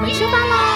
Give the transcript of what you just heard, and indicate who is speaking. Speaker 1: 们吃饭喽。